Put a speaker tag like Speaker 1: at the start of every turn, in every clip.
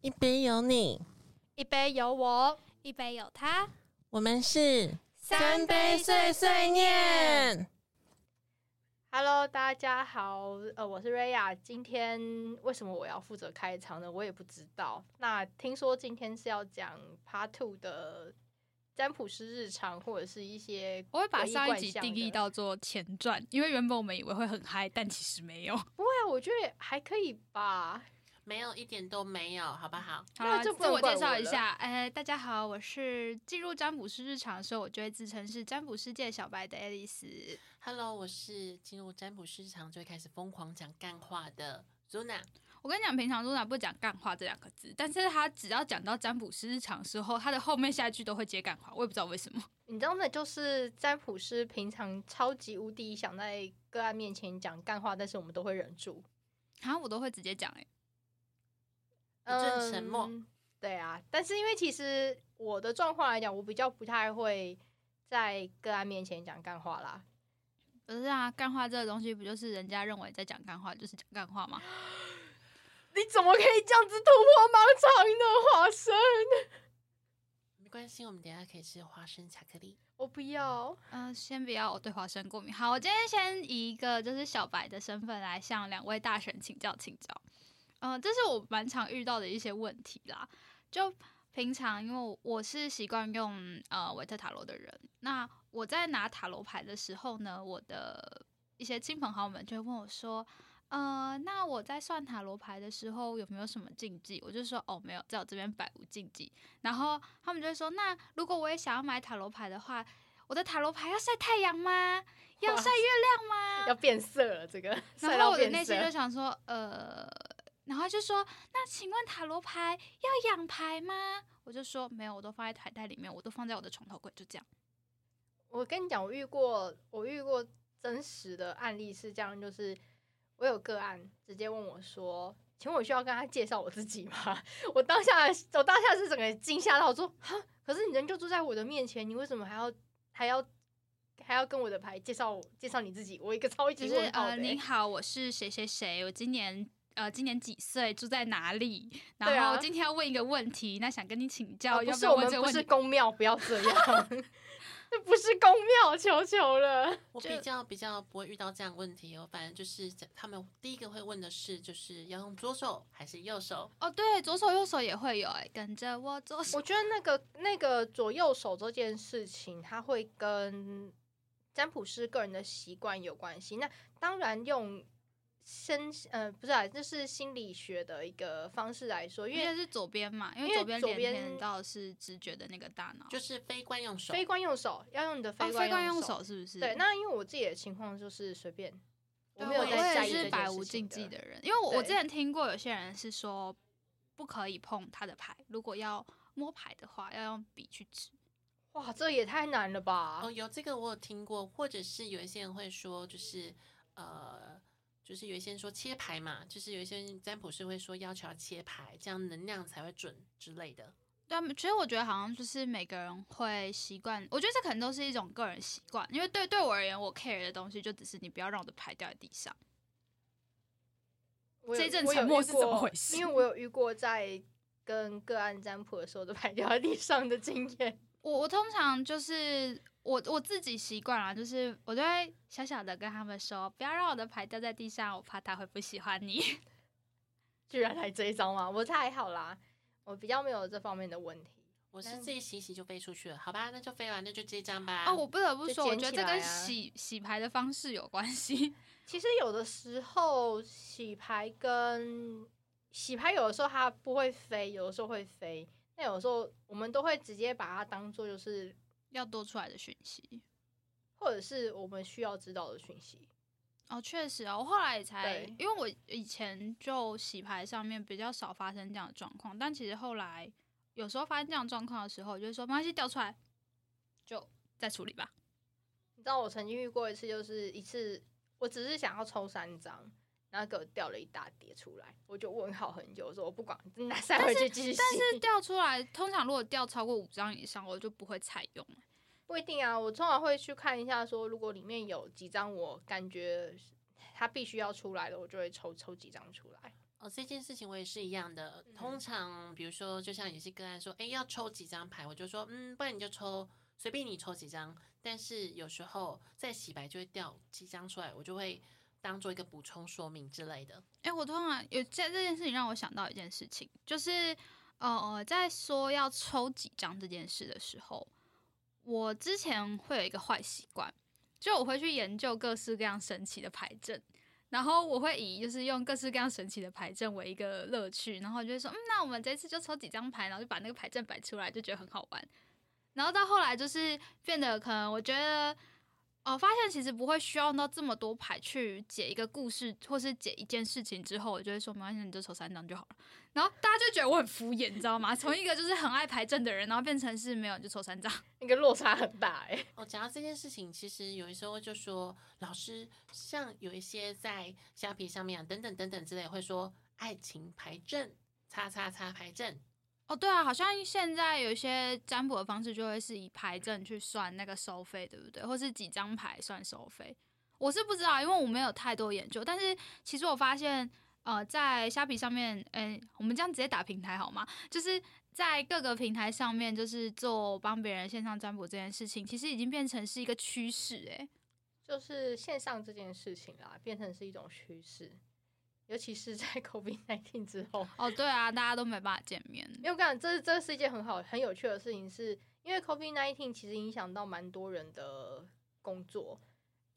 Speaker 1: 一杯有你，
Speaker 2: 一杯有我，
Speaker 3: 一杯有他，
Speaker 1: 我们是
Speaker 3: 三杯碎碎念。
Speaker 2: Hello，大家好，呃，我是瑞亚。今天为什么我要负责开场呢？我也不知道。那听说今天是要讲 Part Two 的占卜师日常，或者是一些
Speaker 3: 我会把上一
Speaker 2: 诡
Speaker 3: 集
Speaker 2: 异怪象的
Speaker 3: 定义到做前传，因为原本我们以为会很嗨，但其实没有。
Speaker 2: 不会啊，我觉得还可以吧。
Speaker 4: 没有一点都没有，好不好？
Speaker 3: 好啦
Speaker 2: 那就不
Speaker 3: 啊自
Speaker 2: 能
Speaker 3: 我
Speaker 2: 怪
Speaker 3: 介绍
Speaker 2: 我
Speaker 3: 一
Speaker 2: 了
Speaker 3: 下，呃，大家好，我是进入占卜师日常的时候，我就会自称是占卜世界小白的爱丽丝。
Speaker 4: Hello，我是进入占卜市场就会开始疯狂讲干话的 Zuna。
Speaker 3: 我跟你讲，平常露娜不讲“干话”这两个字，但是她只要讲到占卜师日常的时候，她的后面下一句都会接干话，我也不知道为什么。
Speaker 2: 你知道，那就是占卜师平常超级无敌想在个案面前讲干话，但是我们都会忍住，
Speaker 3: 然后我都会直接讲、欸，
Speaker 2: 一
Speaker 4: 一阵沉默
Speaker 2: 对啊，但是因为其实我的状况来讲，我比较不太会在个案面前讲干话啦。
Speaker 3: 不是啊，干话这个东西不就是人家认为在讲干话，就是讲干话吗？
Speaker 2: 你怎么可以这样子突破盲肠呢，华生？
Speaker 4: 没关系，我们等一下可以吃花生巧克力。
Speaker 2: 我不要。
Speaker 3: 嗯、先不要，我对花生过敏。好，我今天先以一个就是小白的身份来向两位大神请教请教。嗯、这是我蛮常遇到的一些问题啦。就平常因为我是习惯用呃维特塔罗的人，那我在拿塔罗牌的时候呢，我的一些亲朋好友们就会问我说。呃，那我在算塔罗牌的时候有没有什么禁忌？我就说哦，没有，在我这边百无禁忌。然后他们就会说，那如果我也想要买塔罗牌的话，我的塔罗牌要晒太阳吗？要晒月亮吗？
Speaker 2: 要变色了，这个
Speaker 3: 然
Speaker 2: 帅
Speaker 3: 后
Speaker 2: 到
Speaker 3: 我的
Speaker 2: 变
Speaker 3: 内心就
Speaker 2: 色。
Speaker 3: 想说，呃，然后就说，那请问塔罗牌要养牌吗？我就说没有，我都放在海袋里面，我都放在我的床头柜，就这样。
Speaker 2: 我跟你讲，我遇过，我遇过真实的案例是这样，就是我有个案直接问我说：“请问我需要跟他介绍我自己吗？” 我当下，我当下是整个惊吓到，我说：“哈，可是你人就住在我的面前，你为什么还要还要还要跟我的牌介绍我介绍你自己？”我一个超
Speaker 3: 就
Speaker 2: 级
Speaker 3: 是
Speaker 2: 问号
Speaker 3: 呃，
Speaker 2: 的、欸
Speaker 3: 您好，我是谁谁谁，我今年。呃，今年几岁？住在哪里？
Speaker 2: 对
Speaker 3: 然
Speaker 2: 啊
Speaker 3: 后今天要问一个问题，那想跟你请教，
Speaker 2: 啊不
Speaker 3: 要
Speaker 2: 是
Speaker 3: 要
Speaker 2: 我
Speaker 3: 问
Speaker 2: 们
Speaker 3: 这个
Speaker 2: 不
Speaker 3: 问
Speaker 2: 是
Speaker 3: 题？
Speaker 2: 公庙，不要这样， 这不是公庙，求求了。
Speaker 4: 我比较比较不会遇到这样的问题哦，反正就是他们第一个会问的是，就是要用左手还是右手？
Speaker 3: 哦，对，左手右手也会有、哎，跟着我左手
Speaker 2: 我觉得那个那个左右手这件事情，它会跟占卜师个人的习惯有关系。那当然用身呃不是啊，就是心理学的一个方式来说，因
Speaker 3: 因为
Speaker 2: 为
Speaker 3: 是左边嘛，因为
Speaker 2: 因为
Speaker 3: 左边
Speaker 2: 左
Speaker 3: 连
Speaker 2: 边
Speaker 3: 连到是直觉的那个大脑，
Speaker 4: 就是非惯用手。
Speaker 2: 非惯用手要用你的
Speaker 3: 哦非惯
Speaker 2: 用
Speaker 3: 用手是不是？
Speaker 2: 对，那因为我自己的情况就是随便，我
Speaker 3: 对
Speaker 2: 没有
Speaker 3: 我
Speaker 2: 在在
Speaker 3: 也
Speaker 2: 意这
Speaker 3: 是
Speaker 2: 件
Speaker 3: 百
Speaker 2: 事
Speaker 3: 无禁
Speaker 2: 情
Speaker 3: 忌的人，因为我我之
Speaker 2: 对
Speaker 3: 前听过有些人是说不可以碰他的牌，如果要摸牌的话，要用笔去指。
Speaker 2: 哇，这也太难了吧！
Speaker 4: 哦，有这个我有听过，或者是有一些人会说，就是呃，就是有一些人说切牌嘛，就是有一些占卜师会说要求要切牌，这样能量才会准之类的。
Speaker 3: 对啊，其实我觉得好像就是每个人会习惯，我觉得这可能都是一种个人习惯，因为对对我而言，我 care 的东西就只是你不要让我的牌掉在地上。
Speaker 2: 我有
Speaker 3: 这一阵
Speaker 2: 我有
Speaker 3: 沉默
Speaker 2: 遇
Speaker 3: 是怎么
Speaker 2: 过
Speaker 3: 回事
Speaker 2: 因为我有遇过在跟个案占卜的时候都拍掉 在地上的经验。
Speaker 3: 我我通常就是我我自己习惯了，就是我就会小小的跟他们说，不要让我的牌掉在地上，我怕他会不喜欢 你。
Speaker 2: 居然来这一招吗？我是还好啦，我比较没有这方面的问题。
Speaker 4: 我
Speaker 2: 那
Speaker 4: 是自己洗一洗就飞出去了，好吧，那就飞完，那就这一张吧。
Speaker 3: 哦，我不得不
Speaker 2: 啊就
Speaker 3: 说，我
Speaker 2: 捡
Speaker 3: 觉得这
Speaker 2: 起来
Speaker 3: 跟
Speaker 2: 啊
Speaker 3: 洗洗牌的方式有关系。
Speaker 2: 其实有的时候洗牌跟洗牌，有的时候它不会飞，有的时候会飞。那有的时候我们都会直接把它当做就是，
Speaker 3: 要多出来的讯息。
Speaker 2: 或者是我们需要知道的讯息。
Speaker 3: 哦，确实哦，我后来也才
Speaker 2: 对，
Speaker 3: 因为我以前就洗牌上面比较少发生这样的状况，但其实后来有时候发生这样的状况的时候，我就会说没关系，调出来就再处理吧。
Speaker 2: 你知道我曾经遇过一次，就是一次我只是想要抽三张，然后给我掉了一大叠出来，我就问号很久，我说我不管，拿塞回去继续洗。
Speaker 3: 但是调出来，通常如果调超过五张以上，我就不会采用了。
Speaker 2: 不一定啊，我通常会去看一下，说如果里面有几张我感觉它必须要出来的，我就会抽抽几张出来。
Speaker 4: 哦，这件事情我也是一样的。通
Speaker 2: 嗯
Speaker 4: 常，比如说，就像有些个案说，哎，要抽几张牌，我就说，嗯，不然你就抽，随便你抽几张。但是有时候在洗白就会掉几张出来，我就会当做一个补充说明之类的。
Speaker 3: 哎、我突然有这这件事情让我想到一件事情，就是呃，呃在说要抽几张这件事的时候，我之前会有一个坏习惯，就我会去研究各式各样神奇的牌阵。然后我会以就是用各式各样神奇的牌阵为一个乐趣，然后我就会说，嗯，那我们这次就抽几张牌，然后就把那个牌阵摆出来，就觉得很好玩。然后到后来就是变得可能我觉得，哦，发现其实不会需要用到这么多牌去解一个故事或是解一件事情之后，我就会说没关系，你就抽三张就好了。然后大家就觉得我很敷衍，你知道吗？从一个就是很爱牌阵的人，然后变成是没有你就抽三张。
Speaker 2: 那个落差很大哎、
Speaker 4: 哦，讲到这件事情，其实有的时候就说，老师像有一些在虾皮上面啊，等等等等之类，会说爱情牌阵，叉叉叉牌阵，
Speaker 3: 哦，对啊，好像现在有一些占卜的方式就会是以牌阵去算那个收费，对不对？或是几张牌算收费？我是不知道，因为我没有太多研究。但是其实我发现，呃，在虾皮上面，嗯，我们这样直接打平台好吗？就是在各个平台上面，就是做帮别人线上占卜这件事情，其实已经变成是一个趋势、欸，诶，
Speaker 2: 就是线上这件事情啦，变成是一种趋势，尤其是在 COVID 1 9之后。
Speaker 3: 哦，对啊，大家都没办法见面。
Speaker 2: 因为我感觉这这是一件很好很有趣的事情是，因为 COVID 1 9其实影响到蛮多人的工作。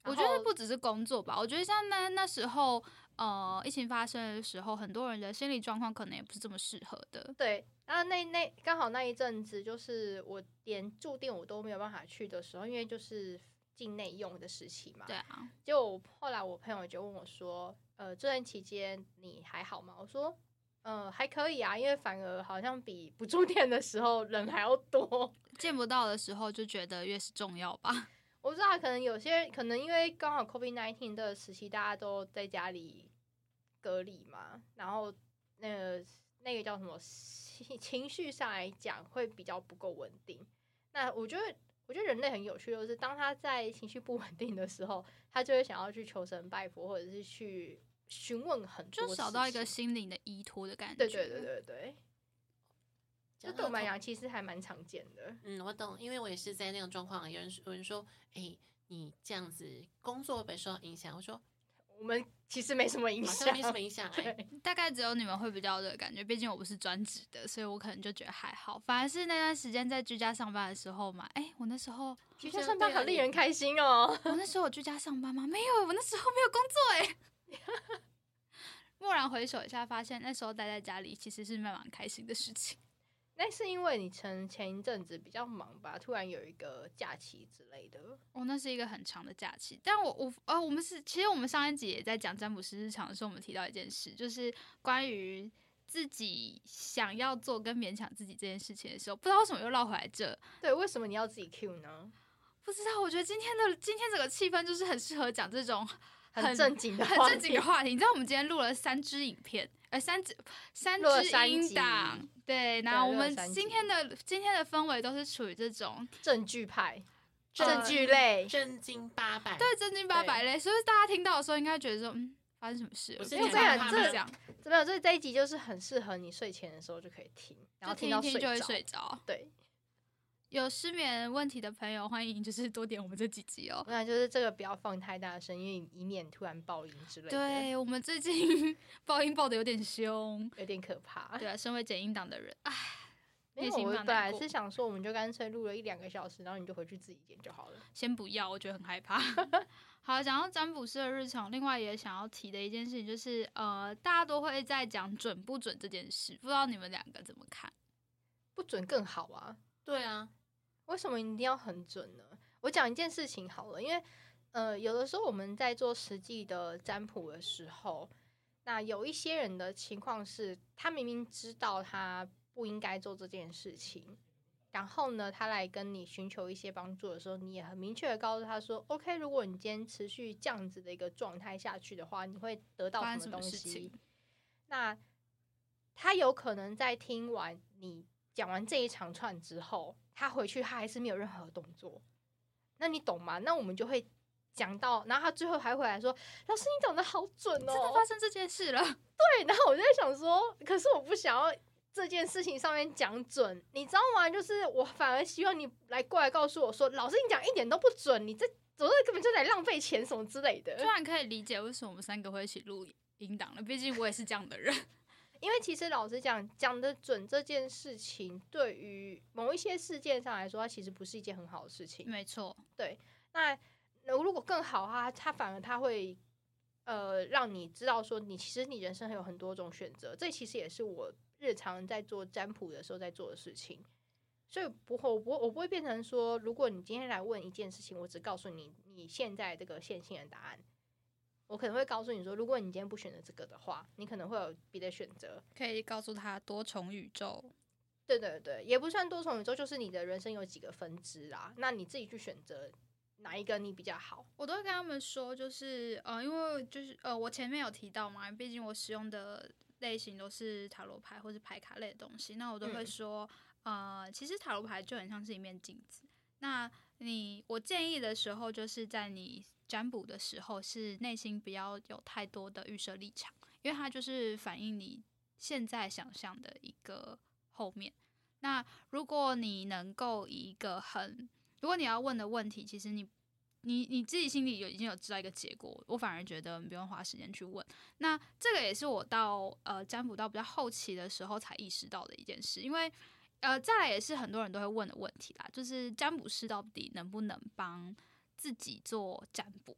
Speaker 2: 然
Speaker 3: 我觉得
Speaker 2: 后
Speaker 3: 不只是工作吧，我觉得像那那时候，呃，疫情发生的时候，很多人的心理状况可能也不是这么适合的。
Speaker 2: 对，然后那那刚好那一阵子，就是我连住店我都没有办法去的时候，因为就是境内用的时期嘛。
Speaker 3: 对。啊，
Speaker 2: 就后来我朋友就问我说：“呃，这段期间你还好吗？”我说：“呃，还可以啊，因为反而好像比不住店的时候人还要多。”
Speaker 3: 见不到的时候就觉得越是重要吧。
Speaker 2: 我不知道，可能有些可能因为刚好 COVID nineteen 的时期，大家都在家里隔离嘛，然后那个那个叫什么情情绪上来讲会比较不够稳定。那我觉得，我觉得人类很有趣，就是当他在情绪不稳定的时候，他就会想要去求神拜佛，或者是去询问很多，
Speaker 3: 就找到一个。心灵的依托的感觉。
Speaker 2: 对对对对对，这
Speaker 4: 讲
Speaker 2: 对
Speaker 4: 到
Speaker 2: 我们来
Speaker 4: 同
Speaker 2: 讲其实还蛮常见的。
Speaker 4: 嗯，我懂，因为我也是在那种状况。有人有人说，哎、你这样子工作会不会受到影响？我说
Speaker 2: 我们其实没什么影
Speaker 4: 好
Speaker 2: 响，
Speaker 4: 像没什么影响、 哎，
Speaker 2: 对，
Speaker 3: 大概只有你们会比较有这个感觉，毕竟我不是专职的，所以我可能就觉得还好。反而是那段时间在居家上班的时候嘛，哎，我那时候
Speaker 2: 居
Speaker 4: 就
Speaker 2: 家
Speaker 4: 是
Speaker 2: 上班
Speaker 4: 对
Speaker 2: 好
Speaker 4: 啊
Speaker 2: 令
Speaker 4: 你
Speaker 2: 人开心哦。
Speaker 3: 我那时候有居家上班吗？没有，我那时候没有工作哎、蓦然回首一下，发现那时候待在家里其实是蛮蛮开心的事情。
Speaker 2: 那是因为你前前一阵子比较忙吧，突然有一个假期之类的。
Speaker 3: 哦，那是一个很长的假期，但我我呃，我们是其实我们上一集也在讲占卜师日常的时候，我们提到一件事，就是关于自己想要做跟勉强自己这件事情的时候，不知道为什么又绕回来这，
Speaker 2: 对，为什么你要自己 Q 呢？
Speaker 3: 不知道。我觉得今天的今天整个气氛就是很适合讲这种
Speaker 2: 很正经的，
Speaker 3: 很正 经的。话题。你知道我们今天录了三支影片，呃，三支三
Speaker 2: 录了
Speaker 3: 支
Speaker 2: 三
Speaker 3: 音
Speaker 2: 集
Speaker 3: 档，对。
Speaker 2: 对
Speaker 3: 然后我
Speaker 2: 录了
Speaker 3: 们
Speaker 2: 三
Speaker 3: 今
Speaker 2: 集
Speaker 3: 天的今天的氛围都是处于这种
Speaker 2: 证据派、
Speaker 3: 呃
Speaker 2: 证据类。
Speaker 4: 正经八百。
Speaker 3: 对正经八百类，所以大家听到的时候应该觉得说，嗯，发生什么事了？
Speaker 4: 我是
Speaker 3: 因为
Speaker 2: 觉
Speaker 3: 这
Speaker 2: 得
Speaker 3: 样
Speaker 2: 这
Speaker 3: 这样，
Speaker 2: 这没有，所以这一集就是很适合你睡前的时候就可以听，然
Speaker 3: 就
Speaker 2: 后
Speaker 3: 听
Speaker 2: 到
Speaker 3: 一听就会
Speaker 2: 着
Speaker 3: 睡。着。
Speaker 2: 对，
Speaker 3: 有失眠问题的朋友，欢迎就是多点我们这几集哦
Speaker 2: 我。想就是这个不要放太大声，因为以免突然爆音之类的，，
Speaker 3: 对我们最近 爆音爆的有点凶，
Speaker 2: 有点可怕。
Speaker 3: 对啊，身为剪音档的人，唉，
Speaker 2: 没
Speaker 3: 内
Speaker 2: 有，
Speaker 3: 心
Speaker 2: 我
Speaker 3: 蛮
Speaker 2: 本
Speaker 3: 难
Speaker 2: 来
Speaker 3: 过
Speaker 2: 是想说，我们就干脆录了一两个小时，然后你就回去自己剪就好了。
Speaker 3: 先不要，我觉得很害 怕。好，讲到占卜师的日常，另外也想要提的一件事情就是，呃，大家都会在讲准不准这件事，不知道你们两个怎么看？
Speaker 2: 不准更好啊，
Speaker 4: 对啊，
Speaker 2: 为什么一定要很准呢？我讲一件事情好了，因为呃，有的时候我们在做实际的占卜的时候，那有一些人的情况是，他明明知道他不应该做这件事情，然后呢，他来跟你寻求一些帮助的时候，你也很明确的告诉他说：“OK，如果你今天持续这样子的一个状态下去的话，你会得到
Speaker 3: 发
Speaker 2: 什
Speaker 3: 生什么
Speaker 2: 么东
Speaker 3: 事
Speaker 2: 西
Speaker 3: 情？”
Speaker 2: 那他有可能在听完你讲完这一长串之后，他回去他还是没有任何动作，那你懂吗？那我们就会讲到，然后他最后还回来说：“老师，你讲的好准哦。”
Speaker 3: 真的发生这件事了，
Speaker 2: 对，然后我就在想说，可是我不想要这件事情上面讲准，你知道吗？就是我反而希望你来过来告诉我说，老师你讲一点都不准，你这走这根本就在浪费钱什么之类的
Speaker 3: 突。然可以理解为什么我们三个会一起录音档了，毕竟我也是这样的人。
Speaker 2: 因为其实老实讲，讲的准这件事情，对于某一些事件上来说，它其实不是一件很好的事情。
Speaker 3: 没错，
Speaker 2: 那如果更好的话，它反而它会呃让你知道说，你其实你人生还有很多种选择。这其实也是我日常在做占卜的时候在做的事情。所以不会，我不会，我不会变成说，如果你今天来问一件事情，我只告诉你你现在这个线性的答案。我可能会告诉你说，如果你今天不选择这个的话，你可能会有别的选择。
Speaker 3: 可以告诉他多重宇宙。
Speaker 2: 对对对，也不算多重宇宙，就是你的人生有几个分支啦。那你自己去选择哪一个你比较好。
Speaker 3: 我都会跟他们说，就是呃，因为就是呃，我前面有提到嘛，毕竟我使用的类型都是塔罗牌或是牌卡类的东西，那我都会
Speaker 2: 嗯
Speaker 3: 说，呃，其实塔罗牌就很像是一面镜子。那你我建议的时候，就是在你占卜的时候，是内心不要有太多的预设立场，因为它就是反映你现在想象的一个后面。那如果你能够以一个很，如果你要问的问题，其实你你你自己心里有已经有知道一个结果，我反而觉得你不用花时间去问。那这个也是我到呃占卜到比较后期的时候才意识到的一件事，因为呃再来也是很多人都会问的问题啦，就是占卜师到底能不能帮自己做占卜？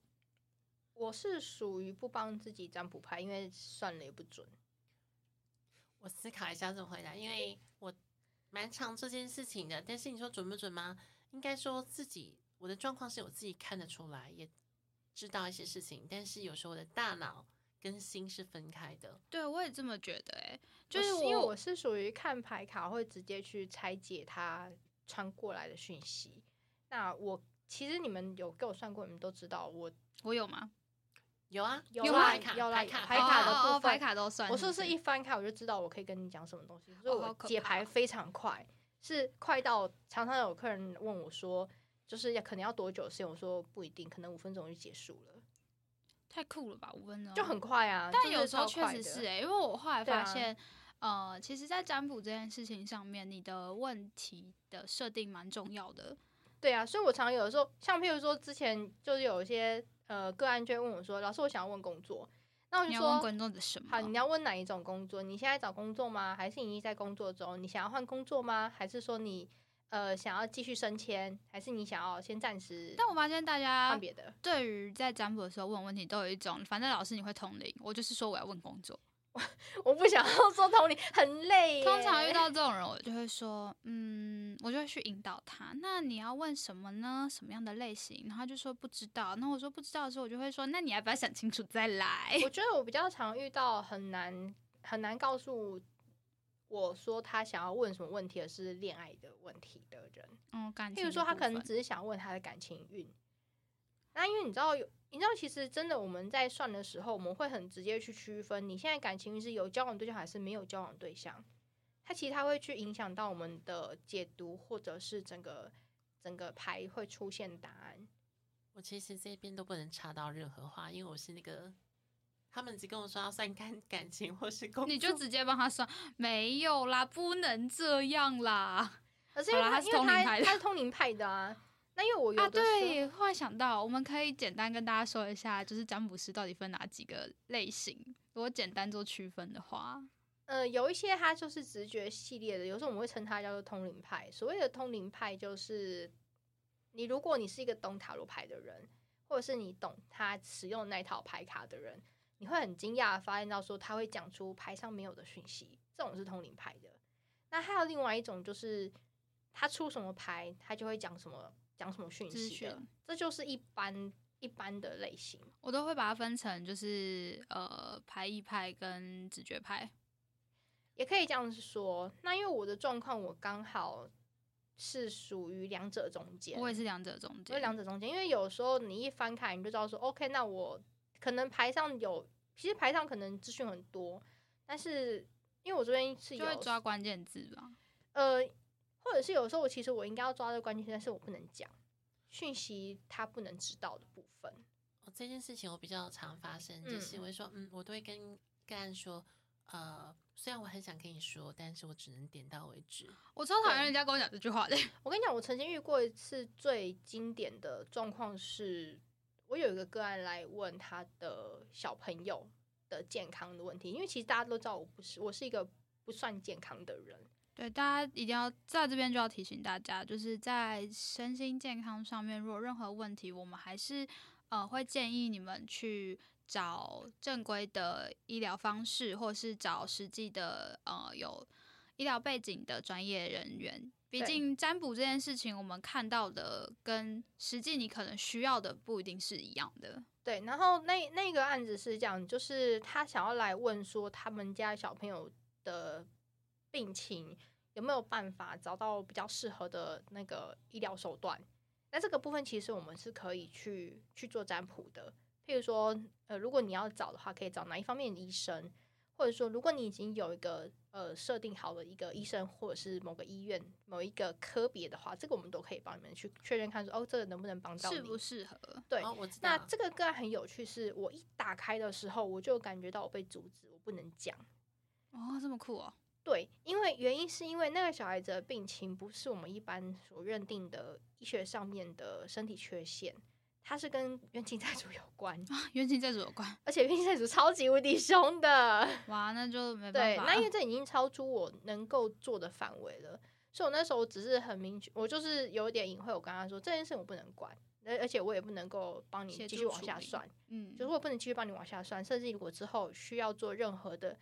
Speaker 2: 我是属于不帮自己占卜牌，因为算了也不准。
Speaker 4: 我思考一下怎么回答，因为我蛮常这件事情的。但是你说准不准吗？应该说自己我的状况是我自己看得出来，也知道一些事情，但是有时候我的大脑跟心是分开的。
Speaker 3: 对我也这么觉得、欸，
Speaker 2: 就
Speaker 3: 就是是
Speaker 2: 因为我是属于看牌卡会直接去拆解它传过来的讯息。那我其实你们有给我算过，你们都知道我
Speaker 3: 我有吗？
Speaker 4: 有啊，
Speaker 2: 有
Speaker 3: 啦
Speaker 4: 牌卡，
Speaker 2: 有啦
Speaker 4: 牌卡，
Speaker 2: 牌卡的
Speaker 3: 哦哦哦
Speaker 2: 部分
Speaker 3: 牌卡都算，
Speaker 2: 我是不是
Speaker 3: 不
Speaker 2: 一翻开我就知道我可以跟你讲什么东西？所以
Speaker 3: 哦好
Speaker 2: 我
Speaker 3: 可
Speaker 2: 解
Speaker 3: 怕
Speaker 2: 牌非常快，是快到常常有客人问我说，就是要可能要多久的时间？我说不一定，可能五分钟就结束了，
Speaker 3: 太酷了吧？五分钟
Speaker 2: 就很快啊。
Speaker 3: 嗯但
Speaker 2: 就是
Speaker 3: 有时候
Speaker 2: 超
Speaker 3: 确
Speaker 2: 快
Speaker 3: 实
Speaker 2: 的
Speaker 3: 是、欸，因为我后来
Speaker 2: 对
Speaker 3: 发
Speaker 2: 啊
Speaker 3: 现，呃，其实，在占卜这件事情上面，你的问题的设定蛮重要的。
Speaker 2: 对啊，所以我常有的时候，像譬如说之前就是有一些呃个案就会问我说，老师我想要问工作，那我就
Speaker 3: 你要问
Speaker 2: 说。
Speaker 3: 观众的什么？
Speaker 2: 好，你要问哪一种工作？你现在找工作吗？还是你已经在工作中？你想要换工作吗？还是说你呃想要继续升迁？还是你想要先暂时
Speaker 3: 但我发现大家
Speaker 2: 换别的？
Speaker 3: 对于在占卜的时候问问题，都有一种，反正老师你会通灵，我就是说我要问工作。
Speaker 2: 我不想要说同理，很累耶。
Speaker 3: 通常遇到这种人，我就会说，嗯，我就会去引导他。那你要问什么呢？什么样的类型？然后他就说不知道。那我说不知道的时候，我就会说，那你要不要想清楚再来？
Speaker 2: 我觉得我比较常遇到很难很难告诉我说他想要问什么问题，而是恋爱的问题的人。
Speaker 3: 嗯，感情。
Speaker 2: 譬如说，他可能只是想问他的感情运。那因为你知道有，你知道其实真的我们在算的时候，我们会很直接去区分你现在感情运是有交往对象还是没有交往对象。它其实它会去影响到我们的解读，或者是整个整个牌会出现答案。
Speaker 4: 我其实这边都不能插到任何话，因为我是那个。他们只跟我说要算感感情或是
Speaker 2: 哦
Speaker 4: 工作，
Speaker 3: 你就直接帮他算，没有啦，不能这样啦。
Speaker 2: 可是因为
Speaker 3: 好啦
Speaker 2: 他
Speaker 3: 他是通灵派
Speaker 2: 因为他
Speaker 3: 的
Speaker 2: 他是通灵派的啊，那因为我
Speaker 3: 啊，
Speaker 2: 有的时候、
Speaker 3: 对，忽然想到，我们可以简单跟大家说一下，就是占卜师到底分哪几个类型。如果简单做区分的话，
Speaker 2: 呃，有一些它就是直觉系列的，有时候我们会称它叫做通灵派。所谓的通灵派，就是你如果你是一个懂塔罗牌的人，或者是你懂他使用那一套牌卡的人，你会很惊讶的发现到说他会讲出牌上没有的讯息，这种是通灵派的。那还有另外一种就是他出什么牌，他就会讲什么讲什么讯
Speaker 3: 资
Speaker 2: 息的
Speaker 3: 讯，
Speaker 2: 这就是一般一般的类型。
Speaker 3: 我都会把它分成就是呃牌意派跟直觉派。
Speaker 2: 也可以这样子说。那因为我的状况，我刚好是属于两者中间，
Speaker 3: 我也是两者中
Speaker 2: 我是
Speaker 3: 间。
Speaker 2: 两者中间。因为有时候你一翻开，你就知道说，OK，那我可能牌上有，其实牌上可能资讯很多，但是因为我这边是
Speaker 3: 就
Speaker 2: 有
Speaker 3: 会抓关键字吧。
Speaker 2: 呃，或者是有时候我其实我应该要抓这个关键，但是我不能讲。讯息他不能知道的部分。
Speaker 4: 哦，这件事情我比较常发生，就是
Speaker 2: 嗯
Speaker 4: 我会说，嗯，我都会跟个案说，呃，虽然我很想跟你说，但是我只能点到为止。
Speaker 3: 我超讨厌人家跟我讲这句话的。
Speaker 2: 我跟你讲，我曾经遇过一次最经典的状况是，我有一个个案来问他的小朋友的健康的问题，因为其实大家都知道我不是我是一个不算健康的人，
Speaker 3: 对，大家一定要在这边就要提醒大家，就是在身心健康上面，如果有任何问题，我们还是呃会建议你们去找正规的医疗方式，或是找实际的呃有医疗背景的专业人员。毕
Speaker 2: 对
Speaker 3: 竟占卜这件事情，我们看到的跟实际你可能需要的不一定是一样的。
Speaker 2: 对，然后那那个案子是这样，就是他想要来问说他们家小朋友的病情有没有办法找到比较适合的那个医疗手段。那这个部分其实我们是可以去去做占卜的，譬如说，呃，如果你要找的话，可以找哪一方面的医生，或者说，如果你已经有一个呃设定好的一个医生或者是某个医院某一个科别的话，这个我们都可以帮你们去确认看说，哦，这个能不能帮到你？
Speaker 3: 适不适合？
Speaker 2: 对
Speaker 4: 哦，我知道
Speaker 2: 那
Speaker 3: 嗯
Speaker 4: 了。
Speaker 2: 这个个案很有趣是，我一打开的时候，我就感觉到我被阻止，我不能讲。
Speaker 3: 哦，这么酷哦！
Speaker 2: 对，因为原因是因为那个小孩子的病情不是我们一般所认定的医学上面的身体缺陷，它是跟冤亲债主有关，
Speaker 3: 啊，冤亲债主有关
Speaker 2: 而且冤亲债主超级无敌凶的。
Speaker 3: 哇，那就 没办
Speaker 2: 对，
Speaker 3: 法。
Speaker 2: 那因为这已经超出我能够做的范围了，所以我那时候只是很明确，我就是有点隐晦，我跟他说这件事我不能管，而而且我也不能够帮你
Speaker 3: 协
Speaker 2: 继
Speaker 3: 助
Speaker 2: 续往
Speaker 3: 处
Speaker 2: 下
Speaker 3: 理
Speaker 2: 算。
Speaker 3: 嗯，
Speaker 2: 就是我不能继续帮你往下算，甚至如果之后需要做任何的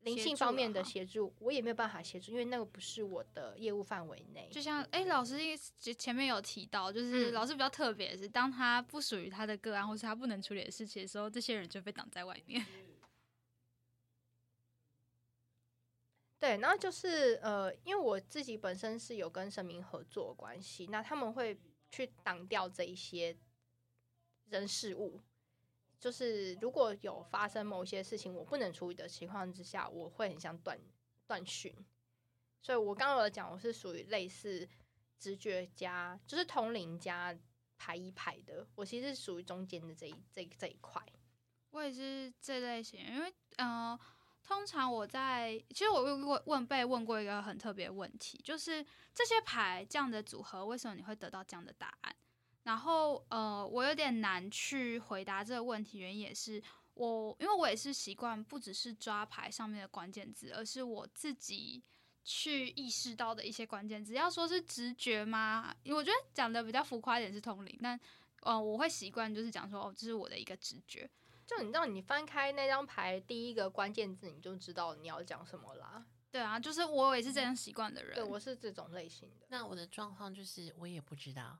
Speaker 2: 灵
Speaker 3: 协
Speaker 2: 性
Speaker 3: 助啊
Speaker 2: 方
Speaker 3: 了
Speaker 2: 面的
Speaker 3: 哈
Speaker 2: 协助，我也没有办法协助，因为那个不是我的业务范围内。
Speaker 3: 就像哎、诶老师一前前面有提到，就是
Speaker 2: 嗯
Speaker 3: 老师比较特别，是当他不属于他的个案，或是他不能处理的事情的时候，这些人就被挡在外面。
Speaker 2: 对，然后就是呃，因为我自己本身是有跟神明合作的关系，那他们会去挡掉这一些人事物。就是如果有发生某些事情我不能处理的情况之下，我会很想断断讯。所以我刚刚有讲，我是属于类似直觉家，就是通灵家排一排的，我其实是属于中间的这一这一这一块。
Speaker 3: 我也是这类型，因为嗯、呃通常我在其实我问过问被问过一个很特别的问题，就是这些牌这样的组合，为什么你会得到这样的答案？然后呃，我有点难去回答这个问题，原因也是我因为我也是习惯不只是抓牌上面的关键字，而是我自己。去意识到的一些关键字，要说是直觉吗？因为我觉得讲的比较浮夸一点是通灵，但呃，我会习惯就是讲说哦，这是我的一个直觉。
Speaker 2: 就你知道，你翻开那张牌第一个关键字，你就知道你要讲什么啦。
Speaker 3: 对啊，就是我也是这样习惯的人。
Speaker 2: 嗯对，我是这种类型的。
Speaker 4: 那我的状况就是我也不知道，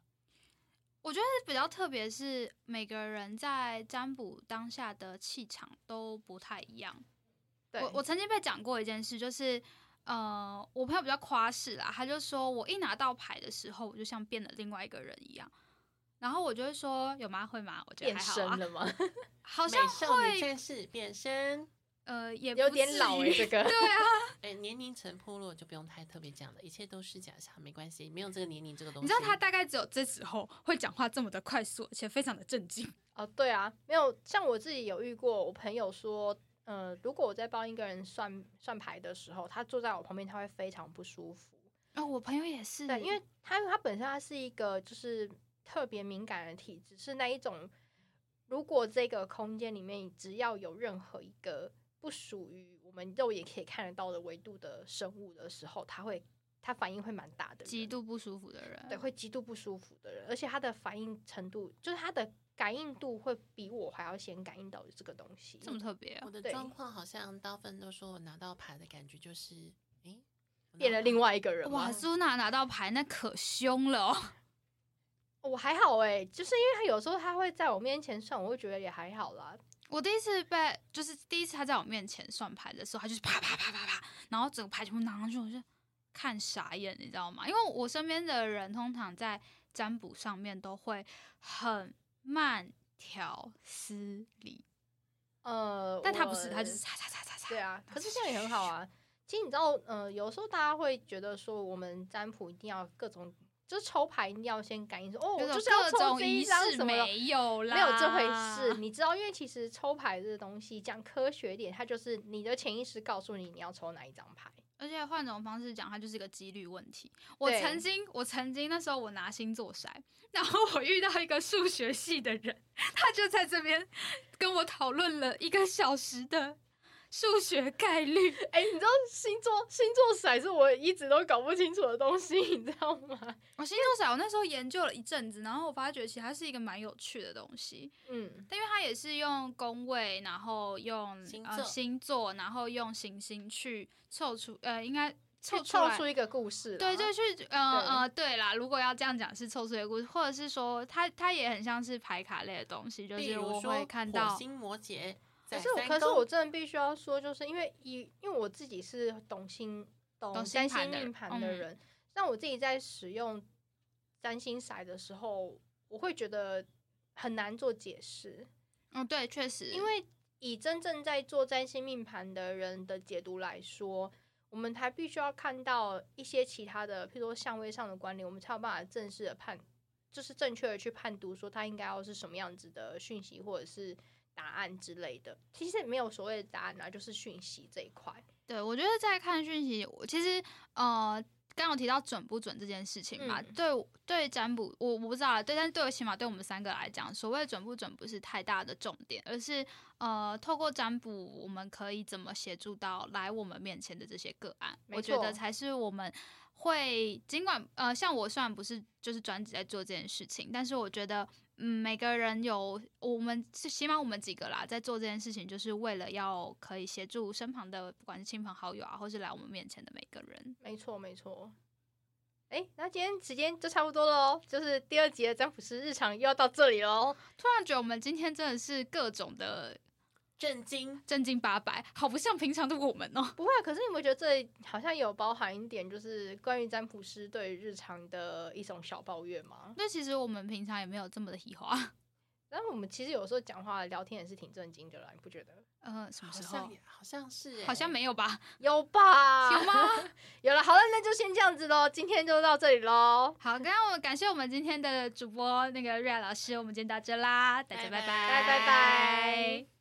Speaker 3: 我觉得比较特别是每个人在占卜当下的气场都不太一样。
Speaker 2: 对，
Speaker 3: 我我曾经被讲过一件事，就是呃，我朋友比较夸饰啦，他就说我一拿到牌的时候，我就像变了另外一个人一样。然后我就会说有吗？会吗？我觉得
Speaker 2: 变
Speaker 3: 还好啊
Speaker 2: 身，了吗？
Speaker 3: 好像
Speaker 4: 美少女
Speaker 3: 会
Speaker 4: 战士变身。
Speaker 3: 呃，也
Speaker 2: 有
Speaker 3: 不
Speaker 2: 点
Speaker 3: 至
Speaker 2: 老哎、
Speaker 3: 于
Speaker 2: 这个
Speaker 3: 对 啊，
Speaker 4: 哎，年龄层破落就不用太特别讲了，一切都是假象，没关系，没有这个年龄这个东西。
Speaker 3: 你知道他大概只有这时候会讲话这么的快速，而且非常的震惊。
Speaker 2: 哦，对啊，没有像我自己有遇过，我朋友说，呃，如果我在帮一个人算算牌的时候，他坐在我旁边，他会非常不舒服。
Speaker 3: 哦，我朋友也是，
Speaker 2: 对，因为他他本身他是一个就是特别敏感的体质，是那一种，如果这个空间里面只要有任何一个不属于我们肉眼可以看得到的维度的生物的时候，他会他反应会蛮大的人，
Speaker 3: 极度不舒服的人，
Speaker 2: 对，会极度不舒服的人，而且他的反应程度，就是他的感应度会比我还要先感应到这个东西。
Speaker 3: 这么特别、啊
Speaker 4: 我。的
Speaker 2: 对
Speaker 4: 状况好像大部分都说我拿到牌的感觉就是，哎，我拿
Speaker 2: 变了
Speaker 4: 到
Speaker 2: 另外一个人
Speaker 3: 哇，
Speaker 2: 吗？
Speaker 3: 苏娜拿到牌那可凶了哦！
Speaker 2: 我还好哎、就是因为他有时候他会在我面前算，我会觉得也还好啦。
Speaker 3: 我第一次被，就是第一次他在我面前算牌的时候，他就是啪啪啪啪啪，然后整个牌全部拿上去，我就看傻眼，你知道吗？因为我身边的人通常在占卜上面都会很慢条斯理，
Speaker 2: 呃，
Speaker 3: 但他不是，
Speaker 2: 我
Speaker 3: 他就是擦擦擦擦擦。
Speaker 2: 对啊，可是这样也很好啊。其实你知道，呃，有时候大家会觉得说，我们占卜一定要各种就是抽牌你要先感应说，哦，我
Speaker 3: 有
Speaker 2: 就是
Speaker 3: 种各
Speaker 2: 要抽
Speaker 3: 种
Speaker 2: 这
Speaker 3: 仪
Speaker 2: 一张
Speaker 3: 式
Speaker 2: 什么的，
Speaker 3: 没有啦，
Speaker 2: 没有这回事，。你知道，因为其实抽牌这个东西，讲科学一点，它就是你的潜意识告诉你你要抽哪一张牌。
Speaker 3: 而且换种方式讲，它就是一个几率问题。我
Speaker 2: 对
Speaker 3: 曾经，我曾经那时候我拿星座筛，然后我遇到一个数学系的人，他就在这边跟我讨论了一个小时的数学概率。
Speaker 2: 哎、你知道星座星座骰是我一直都搞不清楚的东西， 你知道吗？
Speaker 3: 我星座骰，我那时候研究了一阵子，然后我发觉其实它是一个蛮有趣的东西。
Speaker 2: 嗯，
Speaker 3: 但因为它也是用宫位，然后用
Speaker 4: 星
Speaker 3: 呃
Speaker 4: 座
Speaker 3: 星座，然后用行星去凑出，呃，应该
Speaker 2: 去
Speaker 3: 凑出
Speaker 2: 凑
Speaker 3: 来。
Speaker 2: 出一个故事啦。
Speaker 3: 对，就去呃呃，对啦，如果要这样讲是凑出一个故事，或者是说它它也很像是牌卡类的东西，就
Speaker 4: 例
Speaker 3: 是
Speaker 4: 如
Speaker 3: 我
Speaker 4: 说
Speaker 3: 会看到
Speaker 4: 火，星摩羯
Speaker 2: 可
Speaker 4: 在
Speaker 2: 是我
Speaker 4: 三
Speaker 2: 可是我
Speaker 4: 宫，
Speaker 2: 真的必须要说，就是因为一因为我自己是懂星懂
Speaker 3: 懂星
Speaker 2: 占
Speaker 3: 盘
Speaker 2: 星
Speaker 3: 的
Speaker 2: 命
Speaker 3: 人
Speaker 2: 盘的
Speaker 3: 嗯
Speaker 2: 人，那、我自己在使用占星骰的时候，我会觉得很难做解释。
Speaker 3: 嗯，对，确实，
Speaker 2: 因为以真正在做占星命盘的人的解读来说，我们还必须要看到一些其他的，譬如说相位上的关联，我们才有办法正式的判，就是正确的去判读说它应该要是什么样子的讯息或者是答案之类的。其实也没有所谓的答案啊，就是讯息这一块。
Speaker 3: 对我觉得在看讯息，我其实呃。刚刚有提到准不准这件事情嘛？
Speaker 2: 嗯
Speaker 3: 对对，占卜我我不知道啊，对，但是对我起码对我们三个来讲，所谓准不准不是太大的重点，而是呃，透过占卜，我们可以怎么协助到来我们面前的这些个案？
Speaker 2: 没
Speaker 3: 我觉
Speaker 2: 错
Speaker 3: 得才是我们会，尽管呃，像我虽然不是就是专职在做这件事情，但是我觉得嗯，每个人有我们是起码我们几个啦，在做这件事情，就是为了要可以协助身旁的不管是亲朋好友啊，或是来我们面前的每个人。
Speaker 2: 没错，没错。哎，那今天时间就差不多了哦，就是第二集的占卜师日常又要到这里哦喽。
Speaker 3: 突然觉得我们今天真的是各种的
Speaker 4: 震惊，
Speaker 3: 正经八百，好不像平常的我们哦。
Speaker 2: 不会啊，可是你有没有觉得这好像有包含一点，就是关于占卜师对于日常的一种小抱怨吗？
Speaker 3: 那其实我们平常也没有这么的喜欢。
Speaker 2: 但我们其实有时候讲话聊天也是挺正经的啦，你不觉得？
Speaker 3: 呃，什么
Speaker 4: 好
Speaker 3: 时候
Speaker 4: 像？也好像是啊欸，
Speaker 3: 好像没有吧？
Speaker 2: 有吧？
Speaker 3: 有吗？
Speaker 2: 有了，好了，那就先这样子喽，今天就到这里喽，
Speaker 3: 好，刚刚我感谢我们今天的主播那个瑞亚老师，我们今天到这啦，大家
Speaker 4: 拜拜
Speaker 3: 拜
Speaker 2: 拜拜拜。